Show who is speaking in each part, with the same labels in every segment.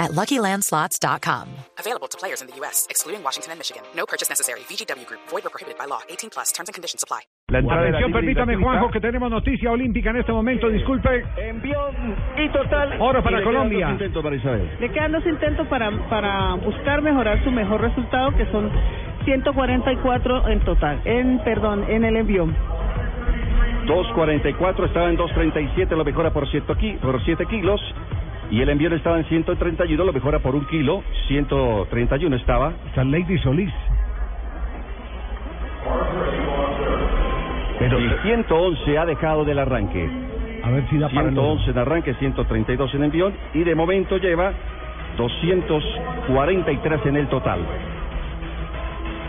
Speaker 1: at luckylandslots.com.
Speaker 2: Available to players in the U.S., excluding Washington and Michigan. No purchase necessary. VGW Group, void or prohibited by law. 18 plus terms and conditions apply.
Speaker 3: La entrada de la
Speaker 4: Atención,
Speaker 3: Tigre y la
Speaker 4: permítame,
Speaker 3: Tuca.
Speaker 4: Juanjo, que tenemos noticia olímpica en este momento. Disculpe.
Speaker 5: Envío y total.
Speaker 4: Oro
Speaker 3: Y
Speaker 4: para
Speaker 3: le quedan dos
Speaker 4: Colombia.
Speaker 3: intentos para Isabel.
Speaker 5: Le quedan dos intentos para, para buscar mejorar su mejor resultado, que son 144 en total. En, perdón, en el envío.
Speaker 3: 2.44, estaba en 2.37, lo mejora por 7 ki- por siete kilos. Y el envío estaba en 131, lo mejora por un kilo. 131 estaba.
Speaker 4: Está Lady Solís. Pero,
Speaker 3: Y 111 ha dejado del arranque.
Speaker 4: a ver si da para el oro.
Speaker 3: 111 en arranque, 132 en envión. Y de momento lleva 243 en el total.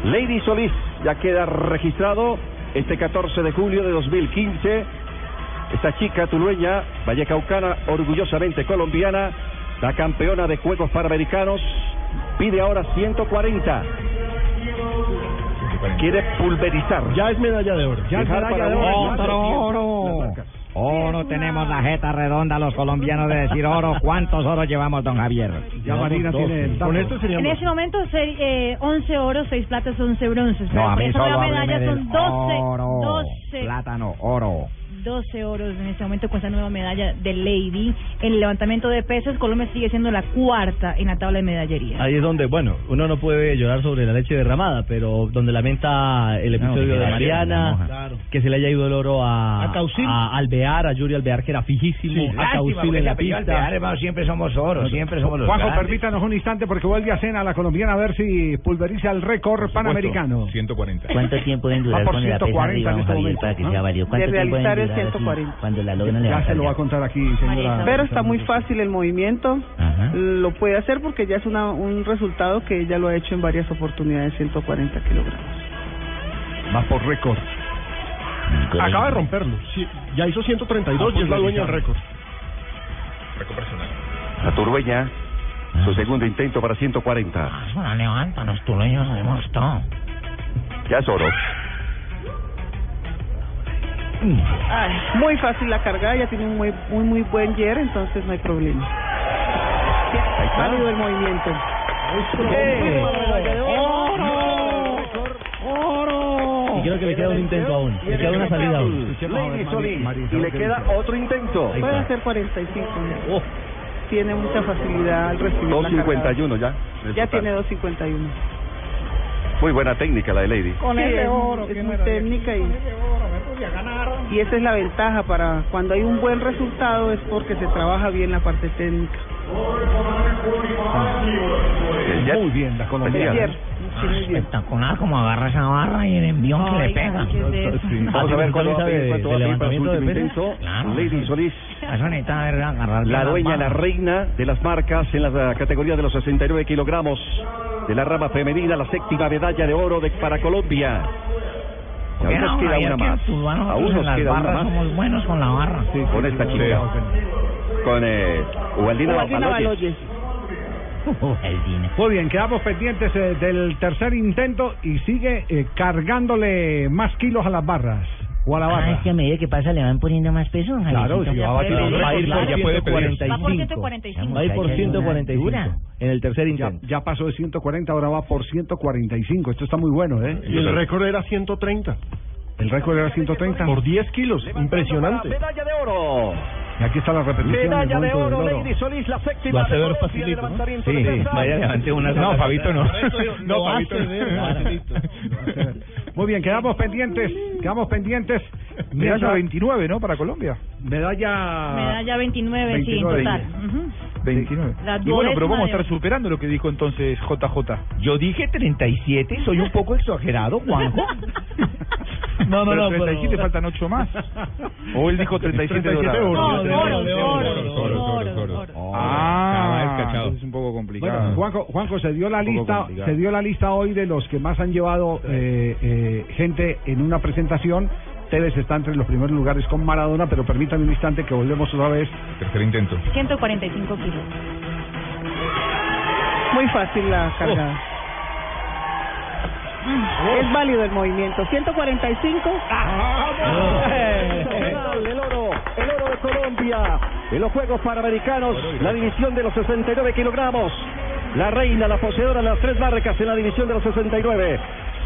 Speaker 3: Lady Solís ya queda registrado este 14 de julio de 2015. Esta chica tulueña, vallecaucana, orgullosamente colombiana, la campeona de Juegos Panamericanos, pide ahora 140. Quiere pulverizar.
Speaker 4: Ya es medalla de oro. Ya es
Speaker 3: Dejar
Speaker 4: medalla
Speaker 3: para
Speaker 4: de
Speaker 3: uno
Speaker 4: oro.
Speaker 3: el
Speaker 4: Otro
Speaker 3: tiempo.
Speaker 4: oro.
Speaker 3: Las marcas.
Speaker 6: Oro, Oh, tenemos la jeta redonda los colombianos de decir oro. ¿Cuántos oros llevamos, don Javier?
Speaker 4: Ya Marina tiene el Con esto
Speaker 7: En ese momento, se- eh, 11 oros, 6 platas, 11 bronces. Pero
Speaker 6: No, a
Speaker 7: por
Speaker 6: mí
Speaker 7: eso la
Speaker 6: solo
Speaker 7: medalla
Speaker 6: hábleme del
Speaker 7: son 12,
Speaker 6: oro.
Speaker 7: 12,
Speaker 6: Plátano, oro.
Speaker 7: 12 oros en este momento con esta nueva medalla de Lady. En el levantamiento de pesas, Colombia sigue siendo la cuarta en la tabla de medallería.
Speaker 8: Ahí es donde, bueno, uno no puede llorar sobre la leche derramada, pero donde lamenta el
Speaker 6: No,
Speaker 8: episodio
Speaker 6: que
Speaker 8: de
Speaker 6: la
Speaker 8: Mariana,
Speaker 6: pierna,
Speaker 8: que se le haya ido el oro a,
Speaker 4: A Causil.
Speaker 8: a Alvear, a Yuri Alvear, que era fijísimo, a Causil en la pista.
Speaker 6: siempre somos oro, siempre somos los
Speaker 4: Juanjo, permítanos un instante porque vuelve a cena la colombiana a ver si pulveriza el récord panamericano.
Speaker 9: 140.
Speaker 6: ¿Cuánto tiempo deben
Speaker 4: durar Ah, por con la pesa 140 arriba, en don este Javier, momento, para que ¿no? sea
Speaker 6: válido?
Speaker 5: ¿Cuánto De tiempo deben realizar el durar así 140?
Speaker 6: cuando la
Speaker 4: Ya se lo va a contar aquí, señora.
Speaker 7: Marisa.
Speaker 5: Pero está muy fácil el movimiento.
Speaker 6: Ajá.
Speaker 5: Lo puede hacer porque ya es una, un resultado que ella lo ha hecho en varias oportunidades, 140 kilogramos.
Speaker 4: Más por récord. Acaba de romperlo. ya hizo 132 y es la dueña del récord.
Speaker 3: La turbeña, su segundo intento para 140.
Speaker 6: Ah, Bueno, levántanos, tú lo hemos todo.
Speaker 3: Ya es oro.
Speaker 5: Muy fácil la carga, ella tiene un muy, muy, muy buen yer, entonces no hay problema. Válido el movimiento.
Speaker 8: Y creo que le queda un intento aún, le queda una salida aún.
Speaker 3: Lady Solís.
Speaker 4: Marisa,
Speaker 3: Y
Speaker 4: lo
Speaker 3: le
Speaker 4: que
Speaker 3: queda
Speaker 4: dice.
Speaker 3: otro intento.
Speaker 5: Puede hacer 45. ¿no?
Speaker 8: Oh,
Speaker 5: Tiene mucha facilidad al recibir la carga.
Speaker 3: 251 ya. en
Speaker 5: Ya
Speaker 3: total.
Speaker 5: tiene 251.
Speaker 3: Muy buena técnica la de Lady.
Speaker 4: Oh.
Speaker 5: Con ese oro, es muy técnica y, y esa es la ventaja para cuando hay un buen resultado es porque se trabaja bien la parte técnica.
Speaker 3: El jet.
Speaker 4: Muy bien, la
Speaker 3: Bien.
Speaker 4: colombiana.
Speaker 5: Ayer, sí, muy bien.
Speaker 6: Ah, Espectacular como agarra esa barra y el envión que le pega.
Speaker 3: Vamos a ver cuánto va
Speaker 8: Solís
Speaker 3: a pedir,
Speaker 8: sabe
Speaker 3: cuánto va a
Speaker 8: de
Speaker 3: pedir para su
Speaker 8: levantamiento de
Speaker 3: último
Speaker 8: pesas.
Speaker 3: intento.
Speaker 6: Claro.
Speaker 3: Lady Solís.
Speaker 6: Eso necesita ver agarrar
Speaker 3: La
Speaker 6: las
Speaker 3: dueña, la
Speaker 6: barras.
Speaker 3: reina de las marcas en la categoría de los 69 kilogramos de la rama femenina, la séptima medalla de oro de, para Colombia. Y aún
Speaker 6: Mira,
Speaker 3: nos queda
Speaker 6: Javier,
Speaker 3: una
Speaker 6: que
Speaker 3: más.
Speaker 6: tú, bueno,
Speaker 3: Aún
Speaker 6: nosotros en
Speaker 3: nos
Speaker 6: las
Speaker 3: queda
Speaker 6: barras
Speaker 3: una más.
Speaker 6: Somos buenos con la barra.
Speaker 3: Con esta chica. Con eh, Ubaldina
Speaker 5: Guadalina
Speaker 3: Baloyes.
Speaker 5: Baloyes.
Speaker 6: El dinero.
Speaker 4: Muy bien, quedamos pendientes eh, del tercer intento y sigue eh, cargándole más kilos a las barras o a la
Speaker 6: Ah, es
Speaker 4: barra.
Speaker 6: que a medida que pasa le van poniendo más peso. don
Speaker 4: Claro,
Speaker 6: Javiercito.
Speaker 4: si va a batir
Speaker 6: Pero
Speaker 4: un
Speaker 6: ya
Speaker 8: Va a ir por
Speaker 6: puede-
Speaker 9: ya puede pedir.
Speaker 8: 145.
Speaker 7: Va por 145.
Speaker 8: Va a ir por 145 en el tercer
Speaker 4: Ya,
Speaker 8: intento.
Speaker 4: ya pasó de 140, ahora va por 145. Esto está muy bueno, ¿eh?
Speaker 9: Y el
Speaker 4: récord era 130. El récord era 130. Por 10 kilos. Impresionante.
Speaker 3: Medalla de oro.
Speaker 4: Y aquí está la repetición.
Speaker 3: Medalla
Speaker 4: del
Speaker 3: de
Speaker 4: momento
Speaker 3: oro,
Speaker 4: del
Speaker 3: Lady Solís, la
Speaker 8: Lo
Speaker 3: séptima.
Speaker 8: hace
Speaker 3: de
Speaker 8: ver
Speaker 3: Colombia de
Speaker 8: facilito, ¿no?
Speaker 3: levantamiento de pesas.
Speaker 8: una No, Fabito no. No, Fabito
Speaker 4: Muy bien, quedamos pendientes. Quedamos pendientes. Medalla 29, ¿no? Para Colombia. Medalla.
Speaker 7: Medalla 29, sí, en
Speaker 4: 29.
Speaker 7: total. Ujú.
Speaker 4: 29.
Speaker 7: La duodécima de-
Speaker 4: superando lo que dijo entonces JJ.
Speaker 6: Yo dije 37, soy un poco exagerado, Juanjo.
Speaker 8: No, no,
Speaker 9: Pero
Speaker 8: no,
Speaker 9: 37
Speaker 8: pero-
Speaker 9: faltan 8 más. O él dijo 37,
Speaker 8: 37
Speaker 9: dorados.
Speaker 8: euros. yo
Speaker 7: No, de
Speaker 8: tengo-
Speaker 7: oro, de
Speaker 8: tengo
Speaker 7: oro,
Speaker 8: oro,
Speaker 7: de
Speaker 8: oro,
Speaker 7: oro, de oro.
Speaker 9: Ah,
Speaker 8: Cabal, cachao.
Speaker 9: entonces es un poco complicado.
Speaker 4: Bueno, Juanjo, Juanjo, se dio la
Speaker 9: Un poco
Speaker 4: lista,
Speaker 9: complicado.
Speaker 4: se dio la lista hoy de los que más han llevado eh, eh, gente en una presentación. Tevez está entre los primeros lugares con Maradona, pero permítame un instante que volvemos otra vez.
Speaker 9: Tercer intento.
Speaker 7: 145 kilos.
Speaker 5: Muy fácil la cargada. Es válido el movimiento. 145.
Speaker 4: Ah.
Speaker 3: El oro, el oro de Colombia. En los Juegos Panamericanos, la división de los 69 kilogramos. La reina, la poseedora de las tres marcas en la división de los 69.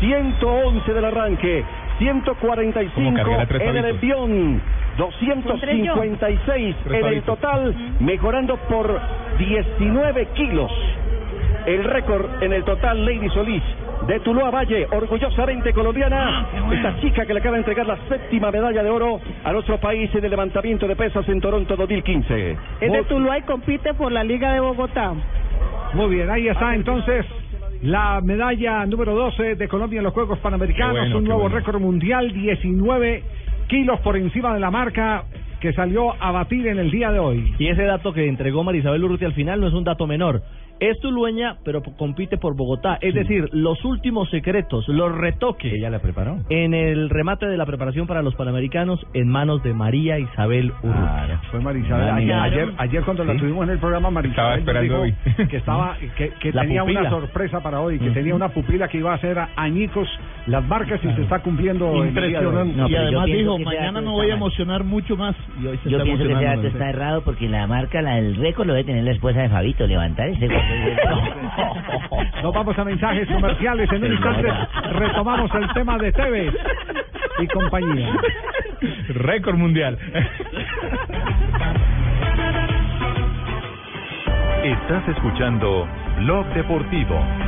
Speaker 3: 111 del arranque, 145
Speaker 9: Como cargará tres
Speaker 3: en el
Speaker 9: palitos.
Speaker 3: envión,
Speaker 7: Son tres yo.
Speaker 3: 256
Speaker 9: Tres
Speaker 3: en el
Speaker 9: palitos.
Speaker 3: total, mejorando por 19 kilos. El récord en el total, Lady Solís, de Tuluá Valle, orgullosamente colombiana. Esta chica que le acaba de entregar la séptima medalla de oro a nuestro país en el levantamiento de pesas en Toronto 2015.
Speaker 5: Es de
Speaker 3: Muy-
Speaker 5: Tuluá y compite por la Liga de Bogotá.
Speaker 4: Muy bien, ahí está entonces la medalla número 12 de Colombia en los Juegos Panamericanos,
Speaker 9: Qué bueno,
Speaker 4: un
Speaker 9: qué
Speaker 4: nuevo
Speaker 9: bueno.
Speaker 4: récord mundial, 19 kilos por encima de la marca que salió a batir en el día de hoy.
Speaker 8: Y ese dato que entregó Marisabel Urruti al final no es un dato menor. Es tulueña, pero p- compite por Bogotá. Es decir, los últimos secretos, los retoques. Ella la preparó. En el remate de la preparación para los Panamericanos en manos de María Isabel Urruti.
Speaker 4: Fue Marisabel. Ayer,
Speaker 8: Claro.
Speaker 4: ayer, ayer cuando la
Speaker 8: Sí.
Speaker 4: tuvimos en el programa, Marisabel
Speaker 9: Estaba esperando
Speaker 4: nos dijo
Speaker 9: hoy.
Speaker 4: que estaba que, que
Speaker 8: La
Speaker 4: tenía una
Speaker 8: pupila.
Speaker 4: sorpresa para hoy, que tenía una pupila que iba a hacer añicos las marcas y se está cumpliendo. en el día de hoy.
Speaker 8: Impresionante. No,
Speaker 10: y
Speaker 8: pero yo
Speaker 10: además
Speaker 8: pienso
Speaker 10: dijo,
Speaker 8: que ese
Speaker 10: mañana
Speaker 8: dato
Speaker 10: me
Speaker 8: está
Speaker 10: voy a
Speaker 8: mal".
Speaker 10: emocionar mucho más. Y hoy se
Speaker 6: Yo
Speaker 10: está
Speaker 6: pienso que ese
Speaker 10: emocionando,
Speaker 6: dato está
Speaker 10: ¿no?
Speaker 6: errado porque la marca, la del récord, lo debe tener la esposa de Fabito. Levantar ese
Speaker 4: Nos vamos a mensajes comerciales. En un instante retomamos el tema de Tevez y compañía.
Speaker 9: Récord mundial.
Speaker 11: Estás escuchando Blog Deportivo.